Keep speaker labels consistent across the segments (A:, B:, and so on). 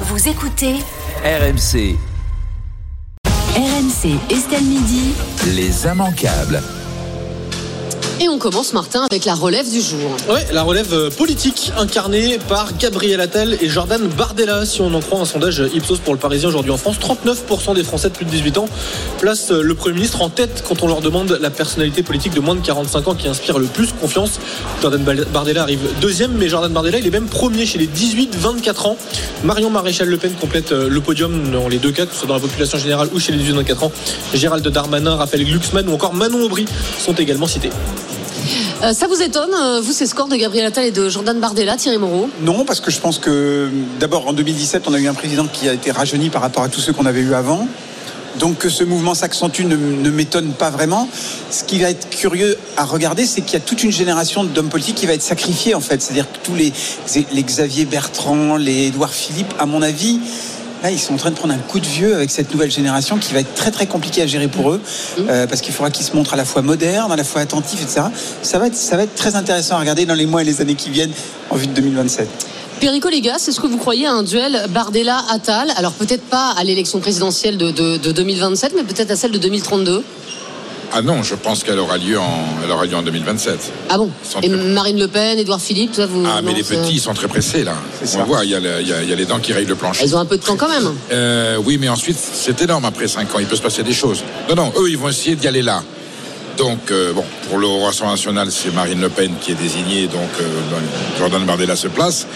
A: Vous écoutez
B: RMC,
A: RMC Estelle Midi.
B: les immanquables.
C: Et on commence, Martin, avec la relève du jour.
D: Ouais, la relève euh, politique incarnée par Gabriel Attal et Jordan Bardella, si on en croit un sondage Ipsos pour le Parisien aujourd'hui en France. 39% des Français de plus de 18 ans placent euh, le Premier ministre en tête quand on leur demande la personnalité politique de moins de 45 ans qui inspire le plus confiance. Jordan Bardella arrive deuxième, mais Jordan Bardella, il est même premier chez les 18-24 ans. Marion Maréchal Le Pen complète euh, le podium dans les deux cas, que ce soit dans la population générale ou chez les 18-24 ans. Gérald Darmanin, Raphaël Glucksmann ou encore Manon Aubry sont également cités.
C: Euh, ça vous étonne, euh, vous, ces scores de Gabriel Attal et de Jordan Bardella, Thierry Moreau
E: Non, parce que je pense que d'abord en 2017, on a eu un président qui a été rajeuni par rapport à tous ceux qu'on avait eu avant. Donc que ce mouvement s'accentue ne, ne m'étonne pas vraiment. Ce qui va être curieux à regarder, c'est qu'il y a toute une génération d'hommes politiques qui va être sacrifiée en fait. C'est-à-dire que tous les, les Xavier Bertrand, les Édouard Philippe, à mon avis, là ils sont en train de prendre un coup de vieux avec cette nouvelle génération qui va être très très compliquée à gérer pour eux,
C: Mhm.
E: euh, parce qu'il faudra qu'ils se montrent à la fois modernes, à la fois attentifs, etc. Ça va être, ça va être très intéressant à regarder dans les mois et les années qui viennent en vue de 2027.
C: Perico, les gars, c'est ce que vous croyez à un duel Bardella-Attal Alors, peut-être pas à l'élection présidentielle de, de- de 2027, mais peut-être à celle de 2032.
F: Ah non, je pense qu'elle aura lieu en, elle aura lieu en 2027.
C: Ah bon
F: Sans
C: Et
F: doute.
C: Marine Le Pen, Édouard Philippe, ça vous.
F: Ah, mais
C: non,
F: les
C: ça-
F: petits, ils sont très pressés, là.
E: C'est
F: On
E: ça.
F: le voit, il y, a le- il y a- il y a les dents qui rayent le plancher.
C: Ils ont un peu de temps quand même.
F: Euh, oui, mais ensuite, c'est énorme après 5 ans. Il peut se passer des choses. Non, non, eux, ils vont essayer d'y aller là. Donc, euh, bon, pour le Rassemblement national, c'est Marine Le Pen qui est désignée, donc euh, ben, Jordan Bardella se place.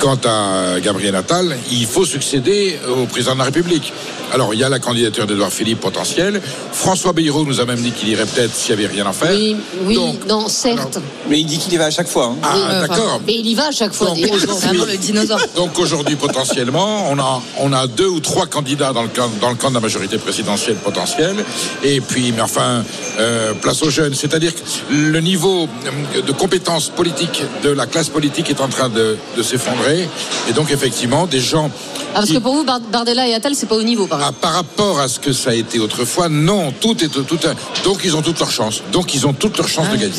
F: Quant à Gabriel Attal, il faut succéder au président de la République. Alors, il y a la candidature d'Edouard Philippe potentielle. François Bayrou nous a même dit qu'il irait peut-être s'il n'y avait rien à faire.
C: Oui, oui,
F: Donc,
C: non, certes.
E: Mais il dit qu'il y va à chaque fois. hein.
F: ah,
C: Oui, euh, enfin,
F: d'accord.
C: Mais il y va à chaque fois.
F: Donc,
C: d'ailleurs. C'est
F: aujourd'hui-
C: vraiment le dinosaure.
F: Donc aujourd'hui, potentiellement, on a, on a deux ou trois candidats dans le, camp, dans le camp de la majorité présidentielle potentielle. Et puis, mais enfin, euh, place aux jeunes. C'est-à-dire que le niveau euh, de compétence politique de la classe politique est en train de, de s'effondrer. Et donc, effectivement, des gens.
C: Ah, parce
F: qui-
C: que pour vous, Bar- Bardella et Attal, c'est pas au niveau, par exemple.
F: ah, par rapport à ce que ça a été autrefois, non, tout est tout est- donc ils ont toutes leurs chances. Donc ils ont toutes leurs
C: Ah,
F: chances de gagner.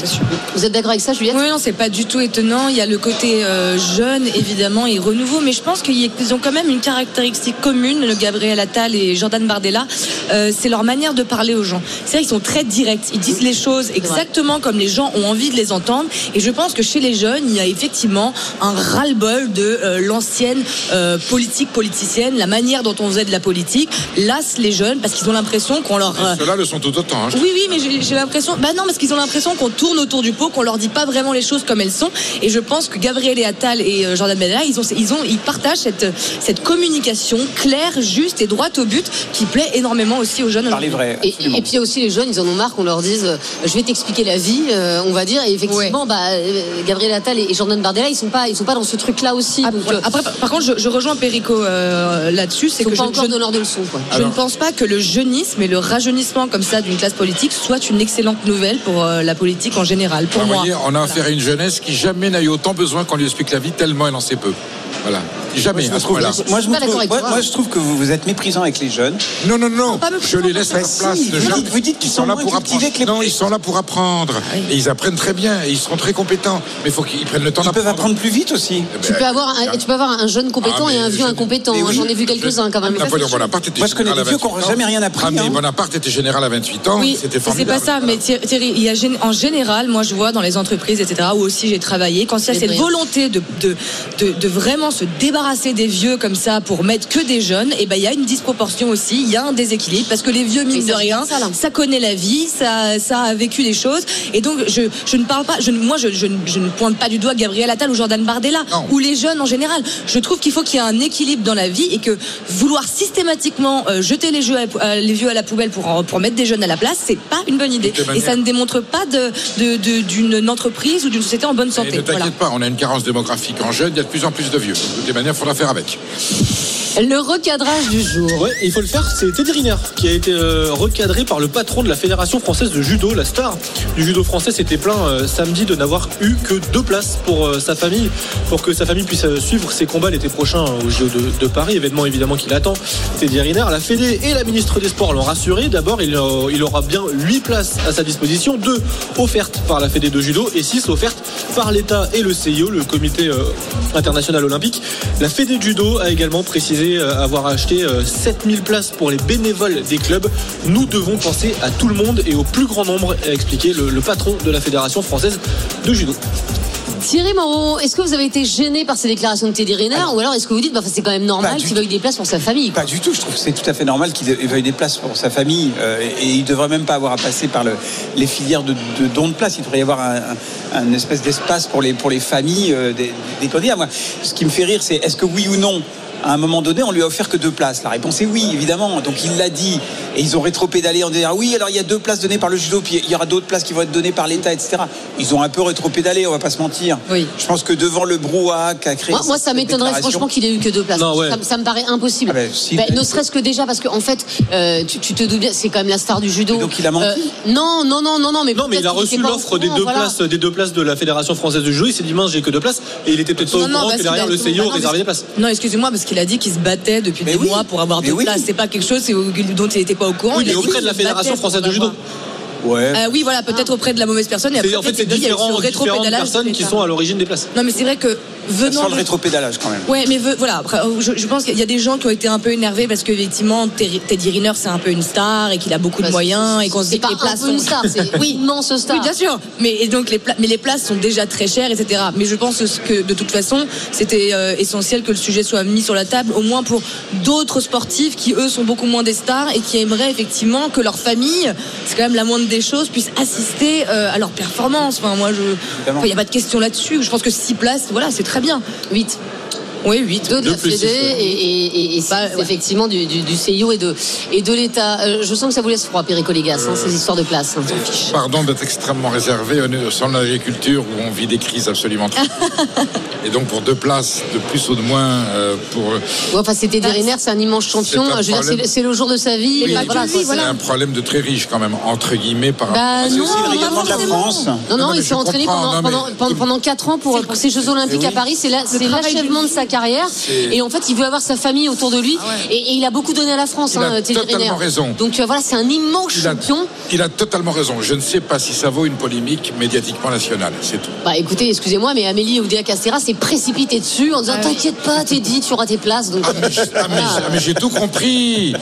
C: Vous êtes d'accord avec ça, Juliette
G: Oui, non, c'est pas du tout étonnant. Il y a le côté euh, jeune, évidemment, et renouveau, mais je pense qu'il y a- qu'ils ont quand même une caractéristique commune, le Gabriel Attal et Jordan Bardella, euh, c'est leur manière de parler aux gens. C'est vrai qu'ils sont très directs, ils disent les choses exactement comme les gens ont envie de les entendre, et je pense que chez les jeunes, il y a effectivement un ras-le-bol de euh, l'ancienne euh, politique politicienne, la manière dont on faisait de la politique, lasse les jeunes, parce qu'ils ont l'impression qu'on leur... euh,
F: Ceux-là le sont tout autant. hein, je
G: oui, oui, mais j'ai- j'ai l'impression. Bah non, parce qu'ils ont l'impression qu'on tourne autour du pot, qu'on leur dit pas vraiment les choses comme elles sont. Et je pense que Gabriel et Attal et euh, Jordan Bardella, ils ont, ils ont, ils partagent cette, cette communication claire, juste et droite au but, qui plaît énormément aussi aux jeunes.
E: Parler vrai.
C: Et,
E: absolument.
C: et puis il y a aussi les jeunes, ils en ont marre qu'on leur dise euh, je vais t'expliquer la vie, euh, on va dire. Et effectivement, bah, euh, Gabriel Attal et et Jordan Bardella, ils sont pas, ils sont pas dans ce truc-là aussi.
G: Ah,
C: donc,
G: voilà.
C: euh,
G: Après, par par contre, je, je rejoins Perico euh, là-dessus, c'est
C: ils sont
G: que
C: pas
G: je,
C: encore
G: je-
C: donneurs de leçons. Quoi.
F: Ah,
G: je ne pense pas que le jeunisme et le rajeunissement comme ça d'une classe politique soit une excellente nouvelle pour euh, la politique en général. Pour
F: Enfin,
G: moi,
F: Bah, vous voyez, on a affaire à une jeunesse qui jamais n'a eu autant besoin qu'on lui explique la vie tellement elle en sait peu. Voilà.
E: Moi, je
F: Jamais. à
E: me
F: ce
E: trouve-
F: point-là.
E: moi, je me
C: Pas d'accord
E: trouve-
C: avec
E: moi-
C: toi.
E: moi, je trouve que vous, vous êtes méprisant avec les jeunes.
F: Non, non, non.
G: pas me
F: Je les laisse à
E: Bah
F: leur
E: si,
F: place.
E: vous
F: Jamais.
E: dites- vous dites qu'ils
F: Ils
E: sont
F: là
E: moins
F: pour apprendre.
E: cultivés que les-
F: Non, ils sont là pour apprendre. Et ils apprennent très bien. Et ils seront très compétents. Mais il faut qu'ils prennent le temps
E: Ils peuvent
F: d'apprendre.
E: apprendre plus vite aussi.
F: Eh ben,
C: Tu peux, avoir
F: ah,
C: un, tu peux avoir un jeune compétent
F: mais
C: et un vieux
F: je-
C: incompétent.
F: mais
C: hein.
F: oui,
C: J'en ai vu quelques-uns quand même. Mais ça,
F: Napoléon
C: c'est-
F: Bonaparte était
E: Moi, je connais
F: général
E: des vieux
F: à 28
E: qui n'ont
F: ans.
E: jamais rien appris,
F: Ah, mais
E: hein.
F: Bonaparte était général à 28 ans.
G: Oui,
F: C'était
G: c'est
F: formidable.
G: pas ça, mais Thierry, Thierry, il y a, gén- en général, moi je vois dans les entreprises, etc., où aussi j'ai travaillé, quand il y a
C: Les
G: cette
C: brilles.
G: volonté de, de, de, de vraiment se débarrasser des vieux comme ça pour mettre que des jeunes, et ben il y a une disproportion aussi, il y a un déséquilibre, parce que les vieux,
C: Mais
G: mine
C: ça,
G: de rien,
C: c'est ça, là.
G: ça connaît la vie, ça, ça a vécu des choses, et donc je, je ne parle pas, je, ne- moi je, je, ne- je ne pointe pas du doigt Gabriel Attal ou Jordan Bardella,
F: Non.
G: ou les jeunes en général. Je trouve qu'il faut qu'il y ait un équilibre dans la vie, et que vouloir systématiquement euh, jeter les, jeux à la pou- euh, les vieux à la poubelle pour, en- pour mettre des jeunes à la place, c'est pas une bonne idée.
F: De manière-
G: Et ça ne démontre pas de- de- de- d'une entreprise ou d'une société en bonne
F: Et
G: santé.
F: ne t'inquiète
G: Voilà.
F: pas, on a une carence démographique en jeunes, il y a de plus en plus de vieux. De toutes les manières, il faudra faire avec.
C: Le recadrage du jour.
D: Ouais, et il faut le faire, c'est Teddy Riner qui a été euh, recadré par le patron de la Fédération française de judo, la star du judo français s'était plaint euh, samedi de n'avoir eu que deux places pour euh, sa famille, pour que sa famille puisse euh, suivre ses combats l'été prochain euh, au JO de, de Paris, événement évidemment qu'il attend. Teddy Riner, la Fédé et la ministre des Sports l'ont rassuré. D'abord, il, euh, il aura bien huit places à sa disposition, deux offertes par la Fédé de judo et six offertes par l'État et le CIO, le Comité euh, international olympique. La Fédé de judo a également précisé annoncé euh, avoir acheté euh, 7000 places pour les bénévoles des clubs. Nous devons penser à tout le monde et au plus grand nombre, a expliqué le, le patron de la Fédération française de judo.
C: Thierry Moreau, est-ce que vous avez été gêné par ces déclarations de Teddy Riner
F: Ah,
C: ou alors est-ce que vous dites bah, c'est quand même normal
E: Pas du
C: qu'il
E: tout.
C: veuille des places pour sa famille quoi
E: Pas du tout, je trouve que c'est tout à fait normal qu'il veuille des places pour sa famille euh, et il devrait même pas avoir à passer par le- les filières de, de dons de places. Il devrait y avoir un, un- un espèce d'espace pour les, pour les familles euh, des, des candidats. Moi, ce qui me fait rire, c'est est-ce que oui ou non à un moment donné, on lui a offert que deux places. La réponse est oui, évidemment. Donc il l'a dit. Et ils ont rétropédalé en disant oui, alors il y a deux places données par le judo, puis il y aura d'autres places qui vont être données par l'État, etc. Ils ont un peu rétropédalé, on va pas se mentir.
G: Oui.
E: Je pense que devant le brouhaha qu'a créé.
C: Moi, moi, ça
E: cette
C: m'étonnerait
E: déclaration-
C: franchement qu'il ait eu que deux places.
D: Non, ouais.
C: ça, me- ça me paraît impossible.
E: Ah ben, si.
C: Ben, ne serait-ce que déjà parce que en fait, euh, tu, tu te doutes bien, c'est quand même la star du judo. Euh,
E: Et donc, il a menti
C: non, non, non, non, non, mais
D: Non, mais
C: peut-être
D: il a
C: qu'il
D: reçu
C: était pas au
D: l'offre des
C: courant,
D: deux
C: voilà. Bah,
D: places, des deux places de la Fédération française de judo. Il s'est dit mince, j'ai que deux places, et il était peut-être pas au
G: Non, non,
D: courant
G: parce
D: que
G: qu'il a-
D: derrière le
G: bah
D: CIO
G: non,
D: réservait des
G: parce-
D: places.
G: Non, excusez-moi, parce qu'il a dit qu'il se battait depuis
E: Mais
G: des
E: oui.
G: mois pour avoir
E: Mais
G: deux
E: oui.
G: places. C'est pas quelque chose c'est auquel- dont il n'était pas au courant.
D: Oui,
G: Il a
D: mais
G: dit
D: auprès
G: qu'il
D: de la
G: se
D: Fédération
G: battait pour
D: française de judo.
G: l'avoir.
E: Ouais.
G: Euh, oui, voilà, peut-être auprès de la mauvaise personne. Et
D: C'est-
G: après,
D: En fait, c'est
G: peut-être qu'il y a eu ce
D: différents- différentes
G: rétropédalage
D: personnes
G: de
D: qui
G: l'État.
D: sont à l'origine des places.
G: Non, mais c'est vrai que venant.
E: Sans le
G: de-
E: rétropédalage quand même.
G: Ouais, mais ve- voilà, après, euh, je, je pense qu'il y a des gens qui ont été un peu énervés parce qu'effectivement, Terry- Teddy Riner, c'est un peu une star et qu'il a beaucoup de
C: Bah,
G: moyens
C: c'est-
G: et qu'on se
C: c'est
G: dit que
C: pas
G: les places
C: un peu une
G: sont-
C: star, c'est oui, immense star.
G: Oui, bien sûr. Mais et donc les pla- mais les places sont déjà très chères, etc. Mais je pense que de toute façon, c'était euh, essentiel que le sujet soit mis sur la table, au moins pour d'autres sportifs qui eux sont beaucoup moins des stars et qui aimeraient effectivement que leur famille, c'est quand même la moindre des choses, puisse assister euh, à leur performance. Enfin, moi, je, il
E: Évidemment.
G: n'y a pas de question là-dessus. Je pense que six places, voilà, c'est très bien.
C: 8.
G: Oui, huit.
C: Deux de
D: Deux
C: la
D: plus
C: Fédé
D: six, ouais.
C: et, et- et- et
G: Bah,
C: six,
G: ouais.
C: effectivement du, du, du CIO et de, et de l'État. Euh, je sens que ça vous laisse froid, Perico Légas, hein, ces histoires de places. hein.
F: Pardon d'être extrêmement réservé au centre de l'agriculture où on vit des crises absolument terribles. Et donc pour deux places, de plus ou de moins, euh, pour
C: Ouais, enfin, c'était
G: Bah,
C: Derriner, c'est un immense champion.
F: C'est un
C: Je veux dire,
F: problème.
C: c'est c'est le jour de sa vie.
G: Mais
C: et
G: pas
C: voilà,
G: que lui,
C: quoi,
F: c'est
G: voilà.
F: un Ah, problème de très riche quand même entre guillemets par rapport
C: Bah
F: à
E: C'est
C: non,
E: aussi le
C: pas
E: rayonnement de la
C: forcément.
E: France.
C: Non, non,
F: Non, mais
C: ils
F: je
C: sont entraînés
F: comprends,
C: pendant,
F: non,
C: pendant,
F: mais-
C: pendant, 4 ans pour, pour ces Jeux Olympiques à Paris. C'est la- c'est l'achèvement de sa carrière. Et en fait, il veut avoir sa famille autour de lui. Et, et il a beaucoup donné à la France,
F: Ah Il
C: hein,
F: a
C: Thierry
F: totalement
C: Riner.
F: raison.
C: Donc euh, voilà, c'est un immense
F: Il a,
C: champion.
F: il a totalement raison. Je ne sais pas si ça vaut une polémique médiatiquement nationale. C'est
E: Ah,
F: tout.
C: Bah écoutez, excusez-moi, mais Amélie Oudéa Castera s'est précipitée dessus en disant T'inquiète pas, Teddy, tu auras tes places. Donc, euh,
F: Ah mais, j- ah, mais- ah, mais j'ai tout compris.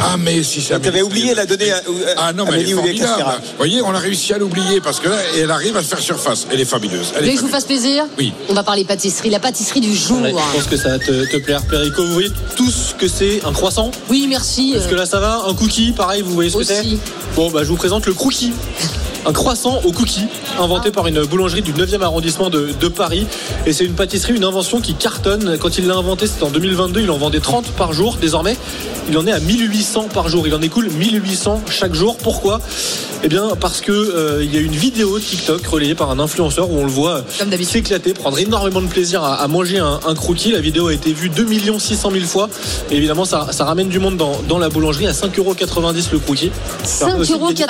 F: Ah mais si ça.
E: t'avais oublié de la donner à-
F: Ah non mais
E: Amélie
F: elle est
E: Oudéa-Castéra.
F: formidable. Vous voyez, on a réussi à l'oublier parce que là, elle arrive à se faire surface. Elle est fabuleuse. Elle
C: vous voulez
F: est
C: que je vous fasse
F: fabuleuse.
C: plaisir
F: Oui.
C: On va parler pâtisserie, la pâtisserie du jour.
D: Ouais, je pense que ça va te, te plaire, Perico. Vous voyez tout ce que c'est un croissant
C: Oui, merci.
D: Est-ce que là ça va Un cookie, pareil, vous voyez ce que c'est
C: Aussi.
D: Bon, bah je vous présente le crookie. Un croissant au cookie, inventé
G: Ah.
D: par une boulangerie du 9e arrondissement de, de Paris. Et c'est une pâtisserie, une invention qui cartonne. Quand il l'a inventé, c'était en 2022, il en vendait 30 par jour. Désormais, il en est à 1800 par jour. Il en écoule 1800 chaque jour. Pourquoi Eh bien, parce que euh, il y a une vidéo TikTok relayée par un influenceur où on le voit euh,
G: Comme d'habitude.
D: s'éclater, prendre énormément de plaisir à, à manger un, un croquis. La vidéo a été vue 2 600 000 fois. Et évidemment, ça, ça ramène du monde dans, dans la boulangerie à 5,90€ le croquis. Ça aussi,
C: 5,90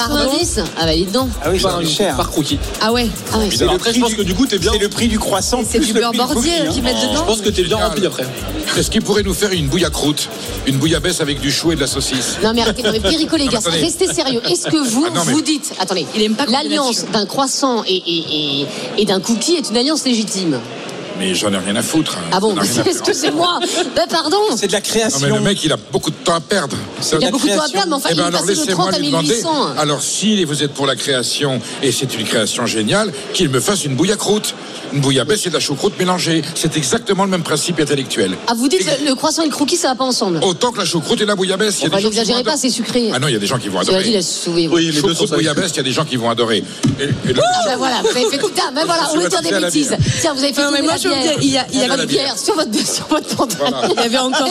C: Ah bah, dis donc.
E: Ah oui,
D: par,
E: c'est cher.
D: par croquis.
G: Ah ouais.
C: Ah ouais.
E: C'est le
D: Après, je
E: prix
D: pense que du coup, t'es bien.
E: C'est le prix du croissant.
G: C'est
E: plus
G: du
E: le
G: beurre
E: prix du
G: bordier
E: cookie, hein.
G: qu'ils mettent
F: Oh.
G: dedans.
D: Je pense que t'es bien rempli après.
F: Est-ce qu'il pourrait nous faire une bouille à croûte, une bouille à baisse avec du chou et de la saucisse
C: Non mais arrêtez, non mais Perico les gars,
F: Attendez.
C: restez sérieux. Est-ce que vous
F: Ah non, mais-
C: vous dites, attendez,
G: Il aime pas qu'on
C: l'alliance
G: est là-dessus.
C: d'un croissant et, et, et, et d'un cookie est une alliance légitime
F: Mais j'en ai rien à foutre. hein.
C: Ah bon,
F: J'en ai rien à faire.
C: excusez-moi, ben pardon.
E: C'est de la
F: Non mais le
E: création.
F: mec, il a beaucoup de temps à perdre.
C: Il y a beaucoup de temps à
E: création.
C: perdre, mais enfin
F: Eh
C: il
F: ben
C: est
F: alors
C: passé de 30
F: laissez-moi
C: à
F: lui demander.
C: 1800.
F: Alors si vous êtes pour la création et c'est une création géniale, qu'il me fasse une bouille à croûte. Une bouille à baisse et de la choucroute mélangée. C'est exactement le même principe intellectuel.
C: Ah vous dites le, le croissant et le croquis ça va pas ensemble.
F: Autant que la choucroute et la bouillabaisse. il y a
C: Enfin,
F: des gens qui
C: n'exagérez
F: vont
C: pas,
F: adorer.
C: c'est sucré.
F: Ah non, il y a des gens qui vont
C: Cela dit, il
F: adorer.
C: a souvent-
D: Oui, les deux sont
F: Choucroute
D: pas
F: bouillabaisse, il y a des gens qui vont adorer. Et- et le-
C: Ah, ben voilà, vous avez fait putain, ben voilà,
F: Je
C: on
F: vais
C: est dans
F: passer
C: des
F: à la
C: bêtises.
F: bière.
C: Tiens, vous avez fait
G: Non, mais
C: tourner
G: moi,
C: la
G: je veux
C: bière.
G: dire, il y a- il y a
C: la
F: la
C: bière
F: bière.
C: sur votre sur votre pantalon.
F: Voilà.
G: Il y avait encore.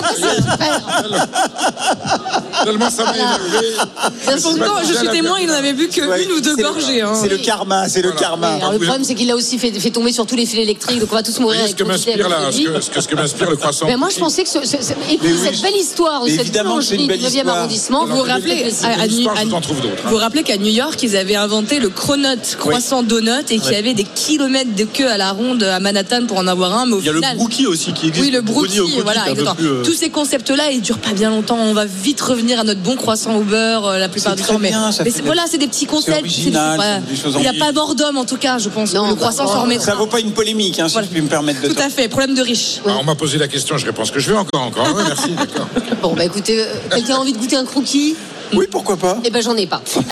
F: Tellement ça m'a énervé.
C: Bien sûr,
F: Je me suis
G: Pourtant,
F: battu
G: je
F: à
G: suis
F: la
G: témoin,
F: bière.
G: il n'en avait bu que
E: Ouais,
G: une ou deux
E: c'est le-
G: gorgées. hein.
E: C'est le karma, c'est le
F: Voilà.
E: karma.
C: Alors, le problème, c'est qu'il a aussi fait, fait tomber sur tous les fils électriques, donc on va tous
F: Vous
C: mourir
F: voyez
C: avec
F: ce que
C: quantité
F: m'inspire là, ce
C: d'énergie.
F: que, ce que- ce que m'inspire le croissant.
C: Ben moi, je pensais que ce, ce- ce- et puis
E: Mais oui,
C: cette
E: je-
C: belle histoire de
E: mais
C: cette
E: évidemment que c'est
C: boulangerie
E: une
C: du
E: belle
C: 9e
E: histoire.
C: arrondissement,
G: Vous vous rappelez à, à New-
F: Histoire, je vous en
G: à-
F: trouve d'autres, hein.
G: vous vous rappelez qu'à New York, ils avaient inventé le cronut croissant donut et qu'il y avait des kilomètres de queue à la ronde à Manhattan pour en avoir un. Mais au
D: Il y a le
G: final,
D: brookie aussi qui existe.
G: oui, le
D: Brownie
G: brookie,
D: au cookie,
G: voilà.
D: c'est un peu
G: exactement.
D: plus, euh,
G: Tous ces concepts-là, ils durent pas bien longtemps. On va vite revenir à notre bon croissant au beurre euh, la plupart
E: C'est
G: du
E: très
G: temps. Mais,
E: bien, ça
G: mais
E: fait
G: c'est-
E: des-
G: voilà, c'est des petits concepts.
E: original,
G: c'est-
E: c'est des choses
G: Il n'y a
E: en-
G: pas d'or d'homme en tout cas, je pense.
C: Non,
G: le
C: bah,
G: croissant
C: bah,
G: s'en remettra.
E: Ça vaut pas une polémique, hein, si
G: Voilà.
E: je puis me permettre de
G: Tout à fait, problème de riche.
F: Ah, on m'a posé la question, je réponds ce que je veux encore, encore. Ouais, merci, d'accord.
C: Bon, bah écoutez, euh, quelqu'un a envie de goûter un croquis
E: Oui, pourquoi pas
C: Eh ben j'en ai pas.